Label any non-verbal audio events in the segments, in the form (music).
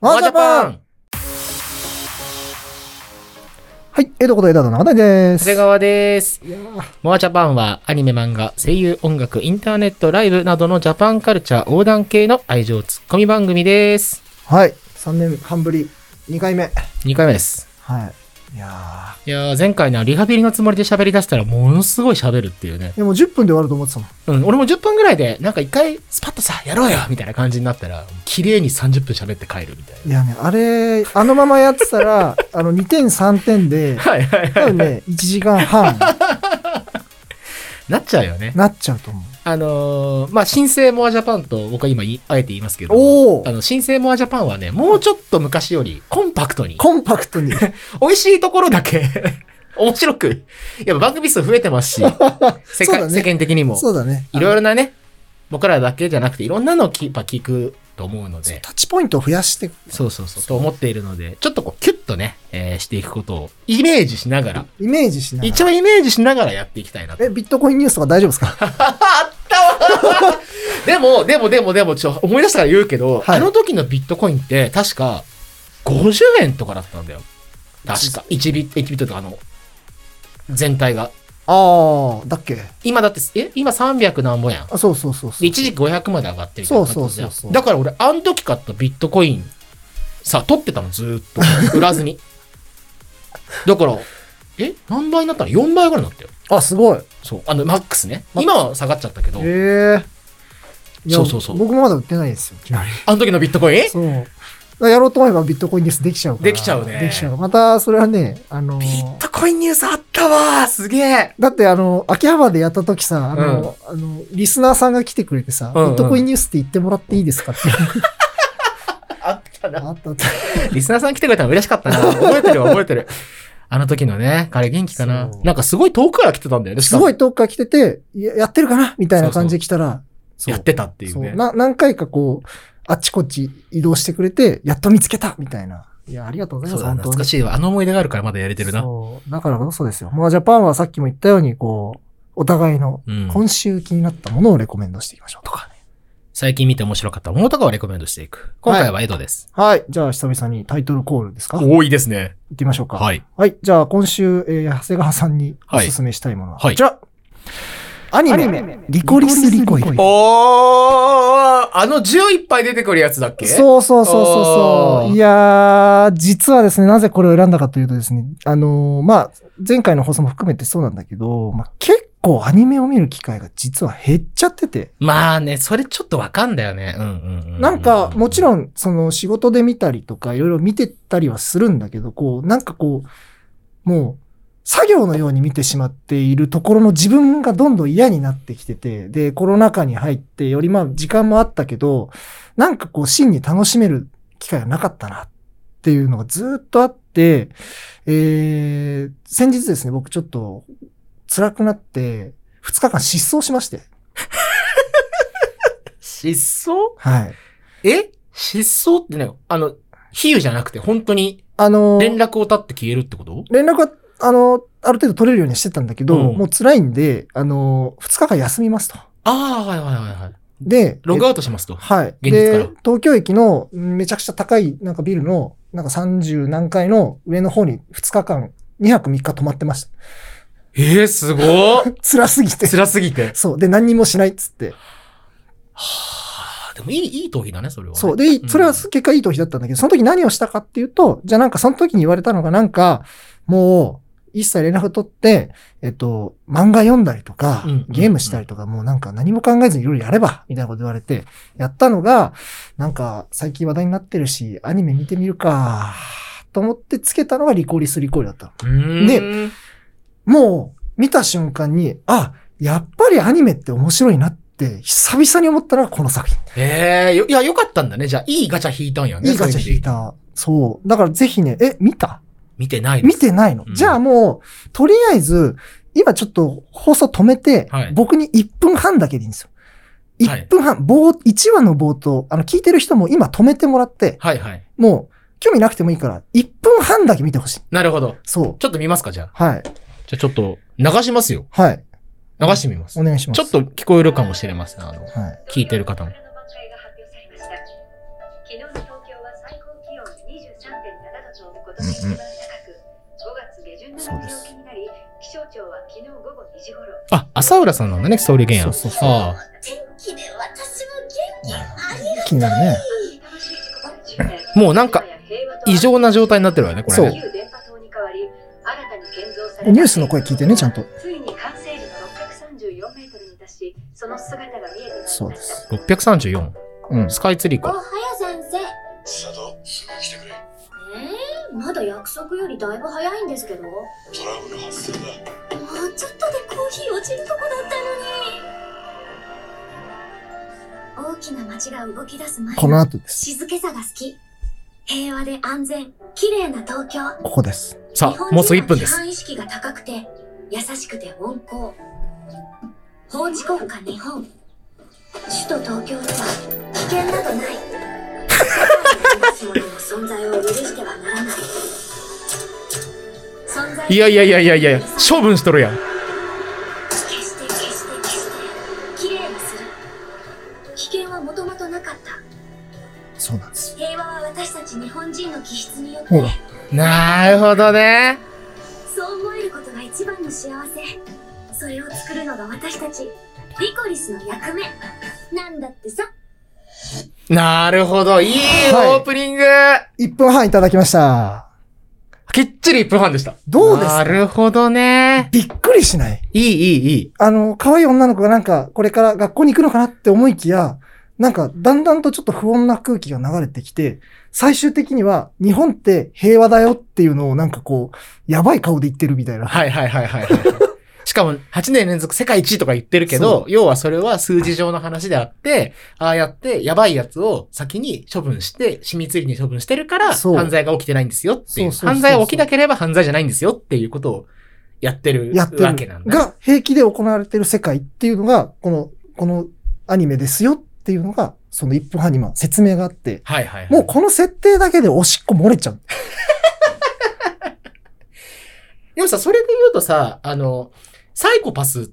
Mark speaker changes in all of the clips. Speaker 1: ワンジャパン
Speaker 2: はい、江戸こと枝田の話題で
Speaker 1: 長
Speaker 2: す。
Speaker 1: 谷川です。
Speaker 2: いやー
Speaker 1: モアジャパンはアニメ漫画、声優、音楽、インターネット、ライブなどのジャパンカルチャー横断系の愛情ツッコミ番組です。
Speaker 2: はい、3年半ぶり、2回目。
Speaker 1: 2回目です。
Speaker 2: はい。いや
Speaker 1: いやー前回ね、リハビリのつもりで喋り出したらものすごい喋るっていうね
Speaker 2: ー。でも10分で終わると思ってたもん。
Speaker 1: うん、俺も10分ぐらいで、なんか一回スパッとさ、やろうよみたいな感じになったら、綺麗に30分喋って帰るみたい
Speaker 2: いやね、あれ、あのままやってた (laughs) ら、あの、2点3点で
Speaker 1: な。、はいはい
Speaker 2: 多分ね、1時間半
Speaker 1: なっちゃうよね。
Speaker 2: なっちゃうと思う。
Speaker 1: あのーまあ、新生モアジャパンと僕は今いあえて言いますけど、
Speaker 2: おー
Speaker 1: あの、新生モアジャパンはね、もうちょっと昔よりコンパクトに、
Speaker 2: コンパクトに。
Speaker 1: 美味しいところだけ、 (laughs) 面白く、やっぱ番組数増えてます (laughs) し、世
Speaker 2: そう
Speaker 1: 界
Speaker 2: だね
Speaker 1: 世間的にも、
Speaker 2: そうだね。
Speaker 1: いろいろなね、僕らだけじゃなくて、いろんなのをきやっぱ聞くと思うので、
Speaker 2: タッチポイントを増やして、
Speaker 1: そうそうそう、と思っているので、ちょっとこう、キュッとね、えーしていくことを、イメージしながら、
Speaker 2: イメージしなが
Speaker 1: 一
Speaker 2: ら。
Speaker 1: 応イメージしながらやっていきたいなと。
Speaker 2: え、ビットコインニュースとか大丈夫ですか
Speaker 1: でも、でも、でも、でも、ちょ、思い出したから言うけど、
Speaker 2: はい
Speaker 1: あの時のビットコインって、確か、50円とかだったんだよ。確か。1ビット、1ビットとかあの、全体が。
Speaker 2: (laughs) ああ、だっけ
Speaker 1: 今だって、え今300何本やん。
Speaker 2: あ、そうそうそうそう。
Speaker 1: で一時期500まで上がってるみたい
Speaker 2: そう
Speaker 1: な感じだよ
Speaker 2: そうそうそう
Speaker 1: だから俺、あの時買ったビットコイン、さ、取ってたの、ずーっと。売らずに。 (laughs) だから、え何倍になったの ?4 倍ぐらいになったよ。
Speaker 2: あ、すごい。
Speaker 1: そう。あの、マックスね。
Speaker 2: マッ
Speaker 1: 今は下がっちゃったけど、
Speaker 2: ええいや
Speaker 1: そうそうそう
Speaker 2: 僕もまだ売ってないですよ。
Speaker 1: あの時のビットコイン
Speaker 2: そう。だからやろうと思えばビットコインニュースできちゃうから。
Speaker 1: できちゃうね
Speaker 2: できちゃう。また、それはね、あのー
Speaker 1: ビットコインニュースあったわーすげえ
Speaker 2: だってあの、秋葉原でやった時さ、あの、あの、リスナーさんが来てくれてさ、
Speaker 1: うんうん
Speaker 2: ビットコインニュースって言ってもらっていいですかって。
Speaker 1: あったな。
Speaker 2: あったあっ
Speaker 1: (laughs) リスナーさん来てくれたの嬉しかったな。覚えてるわ、覚えてる。あの時のね、彼元気かな
Speaker 2: そう。
Speaker 1: なんかすごい遠くから来てたんだよね。
Speaker 2: た。
Speaker 1: し
Speaker 2: す
Speaker 1: かも
Speaker 2: ごい遠くから来てて、ややってるかなみたいな感じで来たら、
Speaker 1: やってたっていう
Speaker 2: そう
Speaker 1: ね。
Speaker 2: な何回かこう、あっちこっち移動してくれて、やっと見つけたみたいな。いや、ありがとうござい
Speaker 1: そ
Speaker 2: ま
Speaker 1: う
Speaker 2: す。
Speaker 1: だ、懐か
Speaker 2: い。
Speaker 1: しいわ。あの思い出があるからまだやれてるな。
Speaker 2: そう。だからこそですよ。まあ、ジャパンはさっきも言ったように、こう、お互いの
Speaker 1: うん
Speaker 2: 今週気になったものをレコメンドしていきましょうとかね。
Speaker 1: 最近見て面白かったものとかをレコメンドしていく。今回はエドです。
Speaker 2: はい。じゃあ、久々にタイトルコールですか行
Speaker 1: 多いですね。
Speaker 2: ってみましょうか。
Speaker 1: はい。
Speaker 2: はい。じゃあ、今週、えー長谷川さんにお
Speaker 1: はい
Speaker 2: すすめしたいものは、
Speaker 1: はい
Speaker 2: こちら。アニメ、リコリスリコイル。
Speaker 1: おーあの11杯出てくるやつだっけ
Speaker 2: そうそうそうそうそ
Speaker 1: おー
Speaker 2: う。いやー、実はですね、なぜこれを選んだかというとですね、あのーまあ、前回の放送も含めてそうなんだけど、まあ、結構アニメを見る機会が実は減っちゃってて、
Speaker 1: まあね、それちょっとわかんだよね。うんうんうう
Speaker 2: なんか、もち
Speaker 1: ん。
Speaker 2: ろん、その仕事で見たりとか、いろいろ見てたりはするんだけど、こう、なんかこう、もう、作業のように見てしまっているところの自分がどんどん嫌になってきてて、で、コロナ禍に入って、よりまあ、時間もあったけど、なんかこう、真に楽しめる機会がなかったな、っていうのがずっとあって、えー、先日ですね、僕ちょっと、辛くなって、2日間失踪しまして、
Speaker 1: 失踪
Speaker 2: はい。
Speaker 1: え失踪ってね、あの、比喩じゃなくて、本当に
Speaker 2: あのー
Speaker 1: 連絡を絶って消えるってこと
Speaker 2: 連絡は、あの、ある程度取れるようにはしてたんだけど、
Speaker 1: うん
Speaker 2: もう辛いんで、あの、2日間休みますと。
Speaker 1: ああ、はいはいはいはい。
Speaker 2: で、
Speaker 1: ログ
Speaker 2: え
Speaker 1: アウトしますと。
Speaker 2: はい。
Speaker 1: 現実から
Speaker 2: で、東京駅のうんめちゃくちゃ高いなんかビルの、なんか30何階の上の方に2日間、2泊3日泊まってました。
Speaker 1: ええすご
Speaker 2: (laughs)
Speaker 1: ー
Speaker 2: 辛すぎて。
Speaker 1: 辛すぎて。
Speaker 2: そう。で、何にもしないっつって。
Speaker 1: はあ、でもいい、いい逃避だね、それは、ね。
Speaker 2: そう。で、それは結果いい逃避だったんだけど、その時何をしたかっていうと、じゃあなんかその時に言われたのがなんか、もう、一切連絡取って、えっと、漫画読んだりとか
Speaker 1: うんうんうん、
Speaker 2: ゲームしたりとか、もうなんか何も考えずにいろいろやれば、みたいなこと言われて、やったのが、なんか最近話題になってるし、アニメ見てみるか、と思ってつけたのがリコリスリコイルだったの。
Speaker 1: うん。
Speaker 2: で
Speaker 1: うん
Speaker 2: もう、見た瞬間に、あ、やっぱりアニメって面白いなって、久々に思ったのがこの作品。
Speaker 1: ええよいや、よかったんだね。じゃあ、いいガチャ引いたんやね。
Speaker 2: いいガチャ引い
Speaker 1: た。
Speaker 2: た。そう。だからぜひね、え、見た
Speaker 1: 見てないで
Speaker 2: 見
Speaker 1: す。
Speaker 2: てないの
Speaker 1: う。ん
Speaker 2: じゃあもう、とりあえず、今ちょっと放送止めて
Speaker 1: はい、
Speaker 2: 僕に1分半だけでいいんですよ。
Speaker 1: はい
Speaker 2: 1分半、冒1話の冒頭、あの、聞いてる人も今止めてもらって、
Speaker 1: はいはい。
Speaker 2: もう、興味なくてもいいから、1分半だけ見てほしい。
Speaker 1: なるほど。
Speaker 2: そう。
Speaker 1: ちょっと見ますか、じゃあ。
Speaker 2: はい。
Speaker 1: じゃあ、ちょっと、流しますよ。
Speaker 2: はい。
Speaker 1: 流してみます。
Speaker 2: お願いします。
Speaker 1: ちょっと聞こえるかもしれません、あの、
Speaker 2: はい。
Speaker 1: 聞いてる方も。
Speaker 3: 昨日の東京は最高気温度と今年一番高く、5月下旬並みの陽気になり、気象庁は昨日午後2時頃。
Speaker 1: あ、浅浦さんなんだね、総理原案。
Speaker 2: そうそうそう
Speaker 1: あ
Speaker 4: 天気で私も元気あり
Speaker 2: 気になるね。
Speaker 1: あもうなんか、異常な状態になってるわよね、これね。
Speaker 3: 旧電波塔に代わり新たに建造された
Speaker 2: ニュースの声聞いてね、ちゃんと。
Speaker 3: ついに完成時の634メートルに達し、その姿が見えてきました。
Speaker 2: そうです。
Speaker 1: 634。
Speaker 2: うん。
Speaker 1: スカイツリー
Speaker 4: おは
Speaker 1: か。
Speaker 4: よう先生
Speaker 5: 佐田すぐ来てくれ
Speaker 4: えー、まだ約束よりだいぶ早いんですけどもう
Speaker 5: トラブル発生だ
Speaker 4: ちょっとでコーヒー落ちるとこだったのに大きな街が動き出す前
Speaker 2: この後です。
Speaker 4: 静けさが好き平和で安全綺麗な東京
Speaker 2: ここです。
Speaker 1: さあ、もうすぐ1分です。
Speaker 4: 日本人は規範意識が高くて、優しくて温厚。法治国家日本。首都東京では危険など
Speaker 1: (laughs)
Speaker 4: ない。そもそもの存在を許してはならない。存在
Speaker 1: いやいやいやいやいや、処分しとるやん。
Speaker 4: 決して決して決して、綺麗にする。危険はもともとなかった。
Speaker 2: そうなんです。
Speaker 4: 平和は私たち日本人の気質によって
Speaker 2: ほ、ら。
Speaker 1: なるほどね。
Speaker 4: そう思えることが一番の幸せそれを作るのが私たちリコリスの役目なんだってさ
Speaker 1: なるほど。いい
Speaker 2: はい
Speaker 1: オープニング、
Speaker 2: 1分半いただきました。
Speaker 1: きっちり1分半でした。
Speaker 2: どうです
Speaker 1: な
Speaker 2: か
Speaker 1: るほどね。
Speaker 2: びっくりしない
Speaker 1: いい、いい、いい。
Speaker 2: あの、可愛い女の子がなんか、これから学校に行くのかなって思いきや、なんか、だんだんとちょっと不穏な空気が流れてきて、最終的には、日本って平和だよっていうのをなんかこう、やばい顔で言ってるみたいな。
Speaker 1: はいはいはいはいはい。しかも、8年連続世界一位とか言ってるけど、要はそれは数字上の話であって、ああやってやばいやつを先に処分して、死密裏に処分してるから、
Speaker 2: そう
Speaker 1: 犯罪が起きてないんですよっていう。
Speaker 2: そうそうそうそう
Speaker 1: 犯罪が起きなければ犯罪じゃないんですよっていうことをやってる
Speaker 2: やってる
Speaker 1: わけなんだ。
Speaker 2: が、平気で行われてる世界っていうのが、この、このアニメですよっていうのが、その1分半に今説明があって、
Speaker 1: はいはい、はい。
Speaker 2: もうこの設定だけでおしっこ漏れちゃう。
Speaker 1: でもさ、それで言うとさ、あの、サイコパス、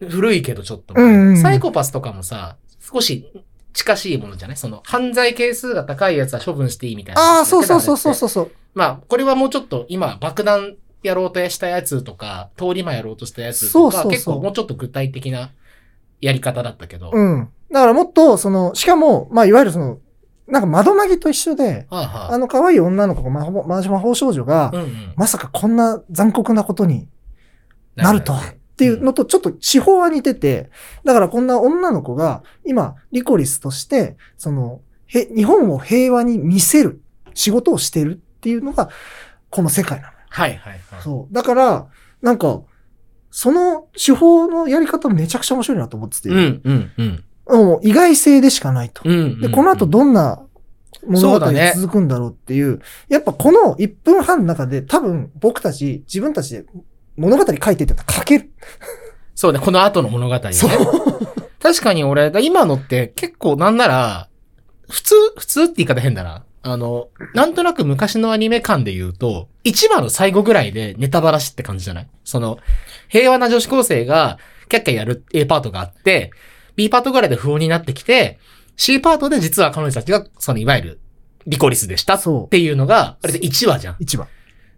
Speaker 1: 古いけどちょっと、
Speaker 2: うんうんうん
Speaker 1: サイコパスとかもさ、少し近しいものじゃないその、犯罪係数が高いやつは処分していいみたいな。
Speaker 2: ああ、そうそうそうそうそうそう。
Speaker 1: まあ、これはもうちょっと今、爆弾やろうとしたやつとか、通り魔やろうとしたやつ
Speaker 2: そう
Speaker 1: とか、
Speaker 2: そうそう
Speaker 1: 結構もうちょっと具体的なやり方だったけど。は
Speaker 2: うん。だからもっと、その、しかも、まあ、いわゆるその、なんか窓マギと一緒で、
Speaker 1: あ、は
Speaker 2: あの可愛い女の子が魔法、魔魔法少女が
Speaker 1: あ、うんうん。
Speaker 2: まさかこんな残酷なことになるとは。っていうのと、ちょっと手法は似てて、だからこんな女の子が、今、リコリスとして、その、へ、日本を平和に見せる仕事をしてるっていうのが、この世界な
Speaker 1: はいはい
Speaker 2: の。
Speaker 1: は
Speaker 2: そう。だから、なんか、その手法のやり方めちゃくちゃ面白いなと思ってて、
Speaker 1: い。うんうんうん。
Speaker 2: もう意外性でしかないと。
Speaker 1: うんうんうん
Speaker 2: で、この後どんな物
Speaker 1: そ
Speaker 2: 語
Speaker 1: うだね
Speaker 2: が続くんだろうっていう、やっぱこの1分半の中で多分僕たち、自分たちで物語書いてってたら書ける。
Speaker 1: そうね、この後の物語ね。 (laughs) 確かに俺、今のって結構なんなら、普通、普通って言い方変だな。あの、なんとなく昔のアニメ感で言うと、1話の最後ぐらいでネタバラシって感じじゃないその、平和な女子高生が、キャッキャやる A パートがあって、B パートぐらいで不穏になってきて、C パートで実は彼女たちが、その、いわゆる、リコリスでしたっ
Speaker 2: そう
Speaker 1: ていうのが、あれで1話じゃん。
Speaker 2: 一番。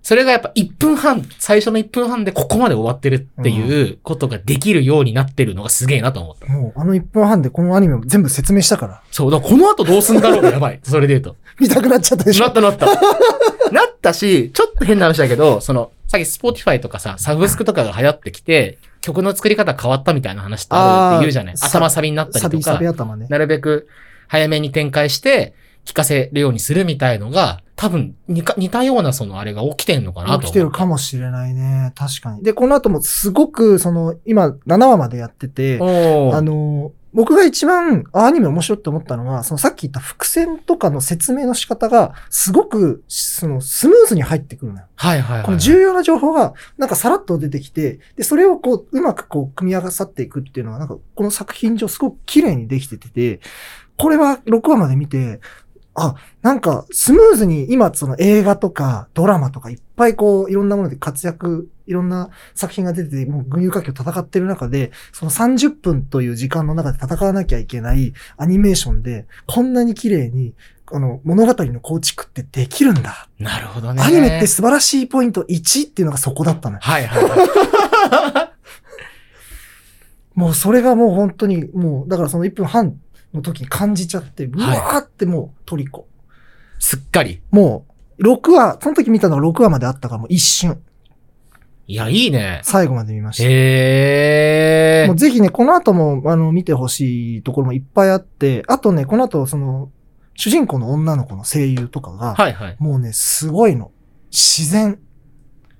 Speaker 1: それがやっぱ1分半、最初の1分半でここまで終わってるっていうことができるようになってるのがすげえなと思った。
Speaker 2: もうあの1分半でこのアニメを全部説明したから。
Speaker 1: そう、だからこの後どうすんだろうがやばい。 (laughs) それで言うと。
Speaker 2: 見たくなっちゃったでし
Speaker 1: な
Speaker 2: ょ
Speaker 1: っ。たなった。 (laughs) なったし、ちょっと変な話だけど、その、さっき Spotify とかさ、サブスクとかが流行ってきて、曲の作り方変わったみたいな話ってあるって言うじゃない
Speaker 2: あー
Speaker 1: 頭サビになった
Speaker 2: サ
Speaker 1: りと
Speaker 2: ビ、サ
Speaker 1: か
Speaker 2: ビ、頭ね。
Speaker 1: なるべく早めに展開して、聞かせるようにするみたいのが、多分似か似たようなそのあれが起きてんのかなと思う。
Speaker 2: 起きてるかもしれないね。確かに。で、この後もすごく、その、今、7話までやってて、
Speaker 1: おー
Speaker 2: あの、僕が一番あアニメ面白いって思ったのは、そのさっき言った伏線とかの説明の仕方が、すごく、その、スムーズに入ってくるのよ。
Speaker 1: はいはいはい。
Speaker 2: この重要な情報が、なんかさらっと出てきて、で、それをこう、うまくこう、組み合わさっていくっていうのは、なんか、この作品上すごく綺麗にできてて、これは6話まで見て、あ、なんか、スムーズに今、その映画とか、ドラマとか、いっぱいこう、いろんなもので活躍、いろんな作品が出てて、もう群雄割拠戦ってる中で、その30分という時間の中で戦わなきゃいけないアニメーションで、こんなに綺麗に、あの、物語の構築ってできるんだ。
Speaker 1: なるほどね。
Speaker 2: アニメって素晴らしいポイント1っていうのがそこだったのよ。
Speaker 1: はいはいは
Speaker 2: もうそれがもう本当に、もう、だからその1分半の時に感じちゃって、うわーってもうトリコ。
Speaker 1: い。すっかり。
Speaker 2: もう、6話、その時見たのが6話まであったからもう一瞬、
Speaker 1: いや、いいね。
Speaker 2: 最後まで見ました。
Speaker 1: へ
Speaker 2: も
Speaker 1: ー
Speaker 2: う。ぜひね、この後も、あの、見てほしいところもいっぱいあって、あとね、この後、その、主人公の女の子の声優とかが、
Speaker 1: はいはい。
Speaker 2: もうね、すごいの。自然。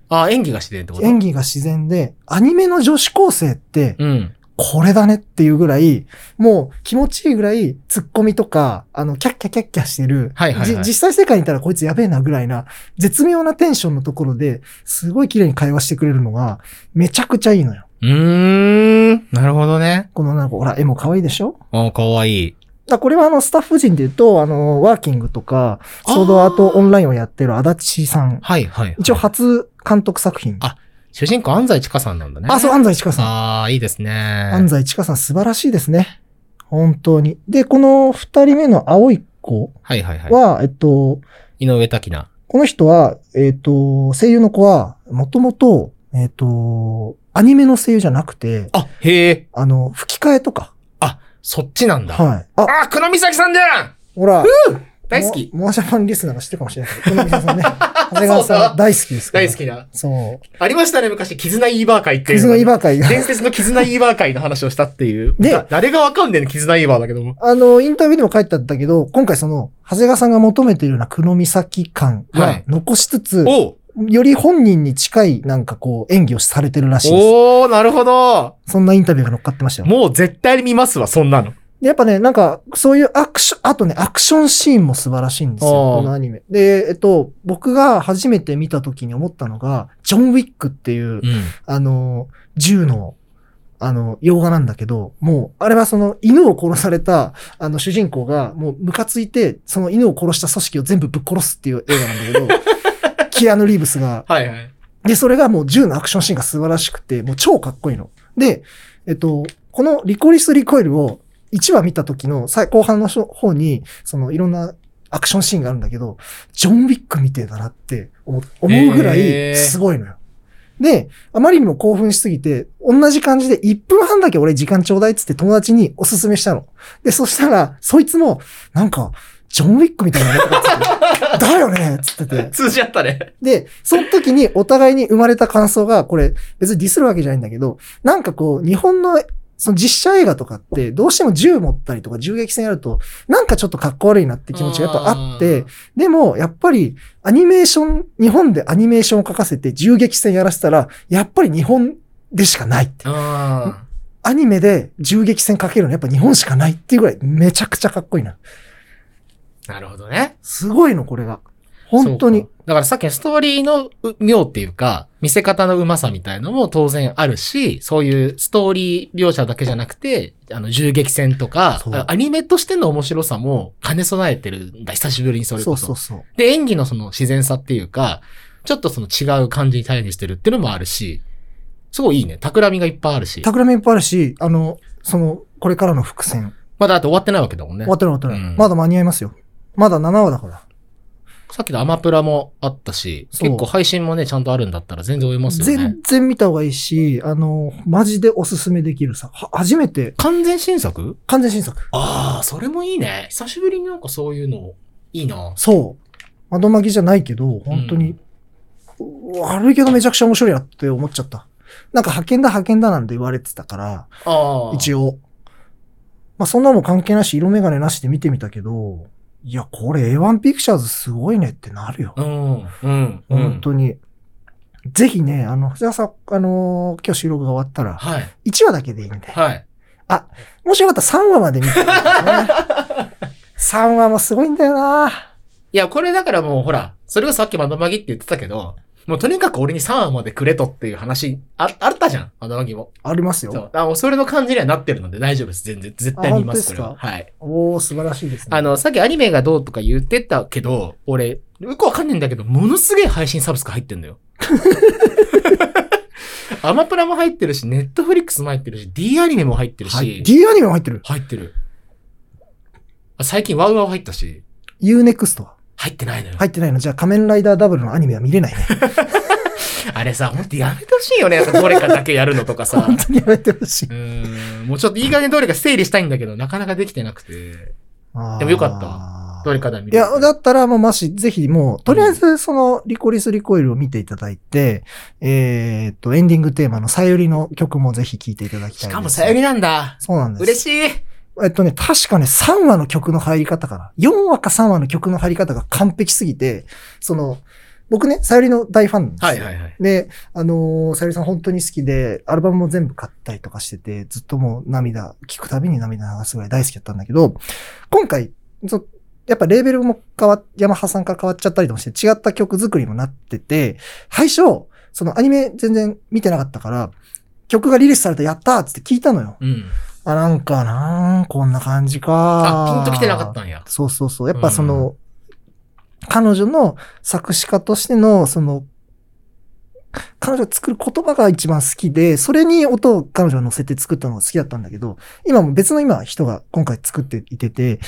Speaker 1: あ、演技が自然ってこと
Speaker 2: 演技が自然で、アニメの女子高生って、
Speaker 1: うん。
Speaker 2: これだねっていうぐらい、もう気持ちいいぐらい、ツッコミとか、あの、キャッキャキャッキャしてる。
Speaker 1: はいはいはい
Speaker 2: じ実際世界にいたらこいつやべえなぐらいな、絶妙なテンションのところで、すごい綺麗に会話してくれるのが、めちゃくちゃいいのよ。
Speaker 1: うーん。なるほどね。
Speaker 2: このなんか、ほら、絵も可愛いでしょ
Speaker 1: あ、かわい
Speaker 2: だ
Speaker 1: い。
Speaker 2: からこれはあの、スタッフ陣で言うと、あの、ワーキングとか、
Speaker 1: あー
Speaker 2: ソードアートオンラインをやってる足立さん。
Speaker 1: はいはいはい。
Speaker 2: 一応初監督作品。
Speaker 1: あ主人公安西千佳さんなんだね。
Speaker 2: あ、そう、安西千佳さん。
Speaker 1: あーいいですね。
Speaker 2: 安西千佳さん素晴らしいですね。本当に。で、この二人目の青い子
Speaker 1: はいはいはい。
Speaker 2: は、えっと、
Speaker 1: 井上滝菜。
Speaker 2: この人は、えっと、声優の子は、もともと、えっと、アニメの声優じゃなくて、
Speaker 1: あ、へえ。
Speaker 2: あの、吹き替えとか。
Speaker 1: そっちなんだ。
Speaker 2: はい。あ、
Speaker 1: あ、黒美咲さんじゃん
Speaker 2: ほら、
Speaker 1: 大好き。
Speaker 2: モアシャパンリスナーが知ってるかもしれないけど、この皆さんね、長谷川
Speaker 1: そう
Speaker 2: さ
Speaker 1: だ
Speaker 2: ん大好きですから
Speaker 1: 大好。きな。
Speaker 2: そう。
Speaker 1: ありましたね、昔、絆イーバー会っていう
Speaker 2: 水
Speaker 1: のが
Speaker 2: の
Speaker 1: ね。
Speaker 2: イバ (laughs) カイが。
Speaker 1: 伝説の絆イーバー会の話をしたっていう。
Speaker 2: で
Speaker 1: だ誰がわかんねえの、絆イーバーだけども。
Speaker 2: あの、インタビューでも書いてあったけど、今回その、長谷川さんが求めているような黒岬感
Speaker 1: は
Speaker 2: はい残しつつ、
Speaker 1: おう
Speaker 2: より本人に近いなんかこう演技をされてるらしいです。
Speaker 1: おー、なるほど。
Speaker 2: そんなインタビューが乗っかってましたよ。
Speaker 1: もう絶対に見ますわ、そんなの。
Speaker 2: で、やっぱね、なんかそういうアクション、あとね、アクションシーンも素晴らしいんですよ、
Speaker 1: あー
Speaker 2: このアニメ。で、えっと、僕が初めて見た時に思ったのが、ジョン・ウィックっていう、
Speaker 1: ん。
Speaker 2: あの、銃の、あの、洋画なんだけど、もう、あれはその犬を殺された、あの、主人公が、もうムカついて、その犬を殺した組織を全部ぶっ殺すっていう映画なんだけど、
Speaker 1: (laughs)
Speaker 2: キアヌ・リーブスが、
Speaker 1: はいはい。
Speaker 2: で、それがもう銃のアクションシーンが素晴らしくて、もう超かっこいいの。で、えっと、このリコリス・リコイルを1話見た時の最後半の方に、そのいろんなアクションシーンがあるんだけど、ジョン・ウィックみてえだなって思思うぐら
Speaker 1: へー
Speaker 2: いすごいのよ。で、あまりにも興奮しすぎて、同じ感じで1分半だけ俺時間ちょうだいっつって友達におすすめしたの。で、そしたら、そいつも、なんか、ジョン・ウィックみたいなのだ
Speaker 1: (laughs)
Speaker 2: っててだよねっつってて。
Speaker 1: 通じ合ったね。
Speaker 2: で、その時にお互いに生まれた感想が、これ別にディスるわけじゃないんだけど、なんかこう、日本の、その実写映画とかって、どうしても銃持ったりとか銃撃戦やると、なんかちょっとかっこ悪いなって気持ちがやっぱあって、でも、やっぱり、アニメーション、日本でアニメーションを書かせて銃撃戦やらせたら、やっぱり日本でしかないって。
Speaker 1: あ
Speaker 2: アニメで銃撃戦書けるのやっぱ日本しかないっていうぐらい、めちゃくちゃかっこいいな。
Speaker 1: ー。なるほどね。
Speaker 2: すごいの、これが。本当
Speaker 1: そ
Speaker 2: に
Speaker 1: う。か。だからさっきのストーリーのう妙っていうか、見せ方のうまさみたいのも当然あるし、そういうストーリー描写だけじゃなくて、あの、銃撃戦とか
Speaker 2: そう、
Speaker 1: アニメとしての面白さも兼ね備えてるんだ、久しぶりにそれ
Speaker 2: そ
Speaker 1: こ
Speaker 2: う
Speaker 1: そ。
Speaker 2: そうそう。
Speaker 1: で、演技のその自然さっていうか、ちょっとその違う感じに対応してるっていうのもあるし、すごいいいね。企みがいっぱいあるし。
Speaker 2: 企みいっぱいあるし、あの、その、これからの伏線。
Speaker 1: まだあと終わってないわけだもんね
Speaker 2: 終わ。ってない終わってない。
Speaker 1: うん
Speaker 2: まだ間に合いますよ。まだ7話だから。
Speaker 1: さっきのアマプラもあったし、
Speaker 2: そう
Speaker 1: 結構配信もね、ちゃんとあるんだったら全然追えますよね。
Speaker 2: 全然見た方がいいし、あの、マジでおすすめできるさ。は初めて、
Speaker 1: 完全新作
Speaker 2: 完全新作。
Speaker 1: ああ、それもいいね。久しぶりになんかそういうの、いいな。
Speaker 2: そう。窓巻きじゃないけど、本当に、悪いけどめちゃくちゃ面白いなって思っちゃった。なんか派遣だ派遣だなんて言われてたから、
Speaker 1: ああ。
Speaker 2: 一応。まあそんなの関係なし、色眼鏡なしで見てみたけど、いや、これ A1 ピクチャーズすごいねってなるよ。
Speaker 1: うん、うん、うん。
Speaker 2: 本当に。ぜひね、あの、藤田さん、あのー今日収録が終わったら、
Speaker 1: はい、
Speaker 2: 1話だけでいいんで。
Speaker 1: はい。
Speaker 2: もしよかったら3話まで見てみて、ね。3話もすごいんだよない
Speaker 1: や、これだからもうほら、それがさっき窓マギって言ってたけど、もうとにかく俺に3話までくれとっていう話、あ、あったじゃん、窓マギも。
Speaker 2: あります
Speaker 1: そ
Speaker 2: よ。
Speaker 1: う。あ、もうそれの感じにはなってるので大丈夫です。全然、絶対見ま
Speaker 2: あ本当
Speaker 1: す、こ
Speaker 2: です
Speaker 1: れ
Speaker 2: か
Speaker 1: は。はい。
Speaker 2: おー、素晴らしいですね。
Speaker 1: あの、さっきアニメがどうとか言ってたけど、俺、よくわかんねえんだけど、ものすげえ配信サブスク入っ
Speaker 2: (laughs)
Speaker 1: てんだよ。アマプラも入ってるし、ネットフリックスも入ってるし、D アニメも入ってるし、
Speaker 2: はい、D アニメも入ってる。
Speaker 1: 入ってる。あ最近ワウワウ入ったし、
Speaker 2: UNEXT は
Speaker 1: 入ってないのよ。
Speaker 2: 入ってないのじゃあ仮面ライダーダブルのアニメは見れないね。
Speaker 1: あれさ、ほんとやめてほしいよね。なんかどれかだけやるのとか
Speaker 2: (laughs)
Speaker 1: さ。。
Speaker 2: 本当にやめてほしいう
Speaker 1: ーん。もうちょっといい加減どれか整理したいんだけど、なかなかできてなくて。でもよかった
Speaker 2: った
Speaker 1: どれかだ見
Speaker 2: い
Speaker 1: る
Speaker 2: や、だったらもうマシ、ぜひもう、とりあえずその、リコリス・リコイルを見ていただいて、えーっと、エンディングテーマのさゆりの曲もぜひ聴いていただきたいです。
Speaker 1: しかもさよりなんだ。
Speaker 2: そうなんです。
Speaker 1: 嬉しい。
Speaker 2: えっとね、確かね、3話の曲の入り方かな。4話か3話の曲の入り方が完璧すぎて、その、僕ね、さゆりの大ファンなんですよ。
Speaker 1: はいはいはい。
Speaker 2: で、あのーさゆりさん本当に好きで、アルバムも全部買ったりとかしてて、ずっともう涙、聞くたびに涙流すぐらい大好きだったんだけど、今回、そやっぱレーベルも変わっ、ヤマハさんから変わっちゃったりとかして、違った曲作りもなってて、最初、そのアニメ全然見てなかったから、曲がリリースされたやったーっつって聞いたのよ。
Speaker 1: うん。
Speaker 2: あ、なんかなーこんな感じかー
Speaker 1: あ、ピンときてなかったんや。
Speaker 2: そうそうそう。やっぱその、彼女の作詞家としての、その、彼女が作る言葉が一番好きで、それに音を彼女が乗せて作ったのが好きだったんだけど、今も別の今人が今回作っていてて、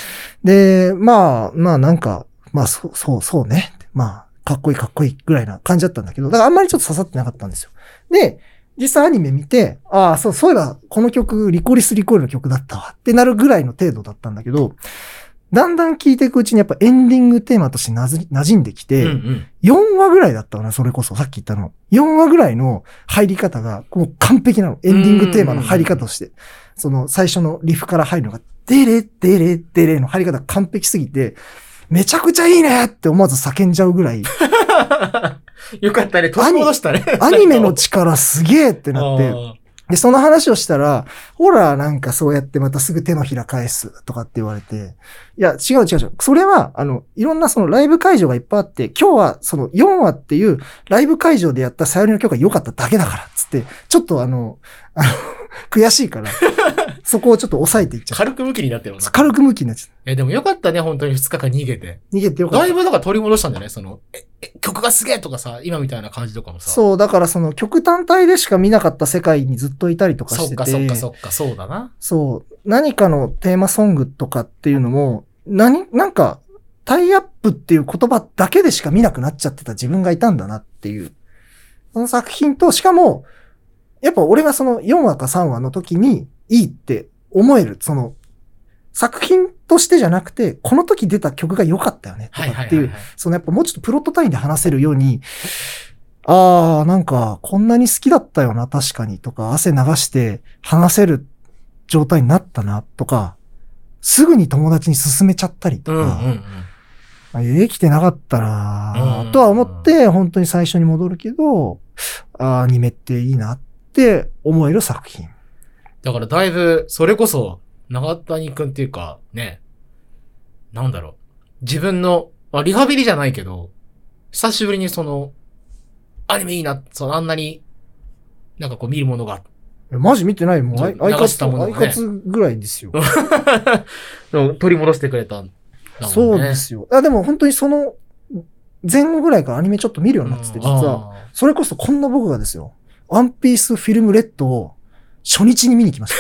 Speaker 2: で、まあ、まあなんか、まあそう、そう、そうね。まあ、かっこいいかっこいいぐらいな感じだったんだけど、だからあんまりちょっと刺さってなかったんですよ。で、実際アニメ見て、ああ、そう、そういえばこの曲、リコリスリコイルの曲だったわってなるぐらいの程度だったんだけど、だんだん聴いていくうちにやっぱエンディングテーマとしてなじ馴染んでき
Speaker 1: うん
Speaker 2: て、
Speaker 1: うん。 (laughs)
Speaker 2: 4話ぐらいだったかな、それこそ、さっき言ったの。4話ぐらいの入り方が、こう完璧なの。エンディングテーマの入り方として。その、最初のリフから入るのが、デレデレデレの入り方が完璧すぎて、めちゃくちゃいいねって思わず叫んじゃうぐらい、
Speaker 1: よかったね。取り戻したね。
Speaker 2: アニメの力すげえってなって、で、その話をしたら、ほら、なんかそうやってまたすぐ手のひら返すとかって言われて、いや、違う違う違う。それは、あの、いろんなそのライブ会場がいっぱいあって、今日はその4話っていうライブ会場でやったさよりの曲が良かっただけだから、つって、ちょっとあの、あの (laughs) 悔しい
Speaker 1: (laughs)
Speaker 2: から、そこをちょっと抑えていっちゃっ
Speaker 1: 軽く向きになってるもんな
Speaker 2: た。。軽く向きになっちゃっ
Speaker 1: え、でもよかったね、本当に2日間逃げて。
Speaker 2: た。逃げてよかっ
Speaker 1: だ
Speaker 2: た
Speaker 1: い。ぶなんか取り戻したんじゃないその、え、え曲がすげえとかさ、今みたいな感じとかもさ。
Speaker 2: そう、だからその曲単体でしか見なかった世界にずっといたりとかしてて。
Speaker 1: そっかそっかそっか、そうだな。
Speaker 2: そう。何かのテーマソングとかっていうのも、何、なんか、タイアップっていう言葉だけでしか見なくなっちゃってた自分がいたんだなっていう。その作品と、しかも、やっぱ俺がその4話か3話の時にいいって思える、その、作品としてじゃなくて、この時出た曲が良かったよね、と
Speaker 1: はいは
Speaker 2: か
Speaker 1: い
Speaker 2: って
Speaker 1: はいい、
Speaker 2: う
Speaker 1: はい。
Speaker 2: そのやっぱもうちょっとプロット単位で話せるように、ああ、なんかこんなに好きだったよな、確かにとか、汗流して話せる状態になったな、とか、すぐに友達に勧めちゃったりと
Speaker 1: うんうんう
Speaker 2: か、あ
Speaker 1: ん。
Speaker 2: できてなかったな
Speaker 1: う、ん
Speaker 2: とは思って、本当に最初に戻るけど、ああ、アニメっていいなって思える作品。
Speaker 1: だからだいぶ、それこそ、長谷くんっていうか、ね、なんだろう。自分の、まあ、リハビリじゃないけど、久しぶりにその、アニメいいな、そのあんなに、なんかこう見るものが、 (laughs)
Speaker 2: えマジ見てないもん。アイアイ
Speaker 1: 流
Speaker 2: カ
Speaker 1: し
Speaker 2: ツ、
Speaker 1: たもの
Speaker 2: ア
Speaker 1: ね
Speaker 2: イカツぐらいですよ。
Speaker 1: の取り戻してくれたんだもんね。
Speaker 2: そうですよ。あ、でも本当にその前後ぐらいからアニメちょっと見るよう
Speaker 1: うん。
Speaker 2: になってて、実は。それこそこんな僕がですよ。ワンピースフィルムレッドを初日に見に来まし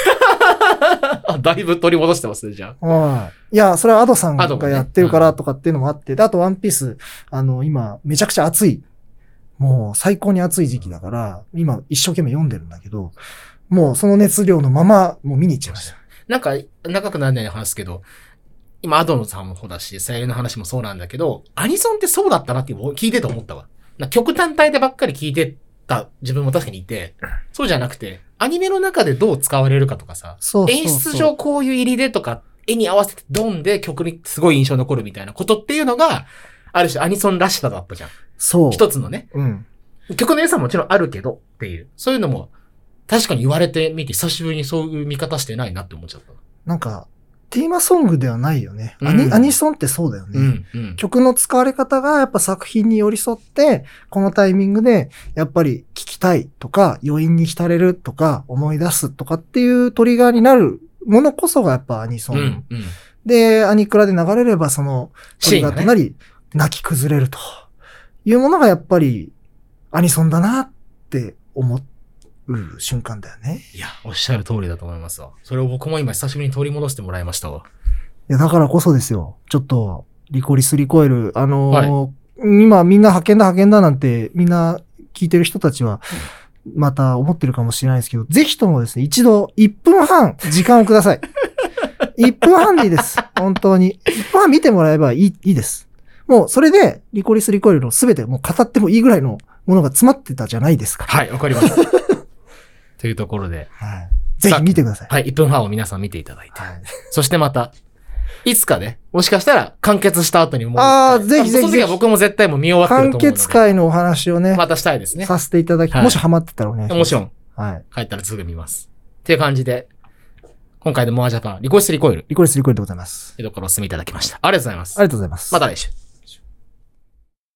Speaker 1: あー。あだいぶ取り戻してますね、じゃ (laughs)
Speaker 2: た。はい。いや、それはアドさん
Speaker 1: アドも
Speaker 2: が
Speaker 1: ね
Speaker 2: やってるからとかっていうのもあって、であとワンピース、あの、今、めちゃくちゃ暑い。もう最高に暑い時期だから、今一生懸命読んでるんだけど、もうその熱量のまま、もう見に行っちゃいました。
Speaker 1: あ。なんか、長くならないような話ですけど、今、アドノさんもそうだし、さゆりの話もそうなんだけど、アニソンってそうだったなって聞いてて思ったわ。な曲単体でばっかり聞いてた自分も確かにいて、そうじゃなくて、アニメの中でどう使われるかとかさ、
Speaker 2: そうそうそう
Speaker 1: 演出上こういう入りでとか、絵に合わせてドンで曲にすごい印象残るみたいなことっていうのが、ある種アニソンらしさだったじゃん。
Speaker 2: そう。
Speaker 1: 一つのね。
Speaker 2: うん。
Speaker 1: 曲の良さももちろんあるけどっていう。そういうのも、確かに言われてみて、久しぶりにそういう見方してないなって思っちゃった。
Speaker 2: なんか、テーマソングではないよね。ア
Speaker 1: う
Speaker 2: ニ
Speaker 1: ん
Speaker 2: アニソンってそうだよね。
Speaker 1: うん、うん。
Speaker 2: 曲の使われ方がやっぱ作品に寄り添って、このタイミングでやっぱり聞きたいとか、余韻に浸れるとか、思い出すとかっていうトリガーになるものこそがやっぱアニソ
Speaker 1: う
Speaker 2: ン。
Speaker 1: ん、うん。
Speaker 2: で、アニクラで流れればそのトリ
Speaker 1: シーン
Speaker 2: ガ
Speaker 1: が
Speaker 2: ーとな
Speaker 1: ね。
Speaker 2: り、泣き崩れるというものがやっぱりアニソンだなって思う瞬間だよね。
Speaker 1: いや、おっしゃる通りだと思いますわ。それを僕も今久しぶりに取り戻してもらいましたわ。
Speaker 2: いや、だからこそですよ。ちょっと、リコリスリコイル。あのー
Speaker 1: は
Speaker 2: 今みんな派遣だ派遣だなんて、みんな聞いてる人たちは、また思ってるかもしれないですけど、ぜひともですね、一度1分半時間をください。1分半でいいです。本当に。1分半見てもらえばいい、いいです。もう、それで、リコリスリコイルの全てもう語ってもいいぐらいのものが詰まってたじゃないですか。
Speaker 1: はい、わかりました。 (laughs) というところで、
Speaker 2: はい。ぜひ見てください。
Speaker 1: はい、1分半を皆さん見ていただいて。
Speaker 2: はい
Speaker 1: そしてまた、いつかね、もしかしたら完結した後にもう一回。
Speaker 2: あーぜひぜひ
Speaker 1: その時は僕も絶対もう見終わって
Speaker 2: 完
Speaker 1: ると思うので。
Speaker 2: 結会のお話をね、
Speaker 1: またしたいですね。
Speaker 2: させていただき、
Speaker 1: はい
Speaker 2: もしハマってたらお願いします。
Speaker 1: もちろん、
Speaker 2: はい。
Speaker 1: 帰ったらすぐ見ます。っていう感じで、今回のモアジャパン、リコイスリコイル、
Speaker 2: リコリスリコイルでございます。
Speaker 1: というところをお進みいただきました。ありがとうございます。
Speaker 2: ありがとうございます。
Speaker 1: また来週。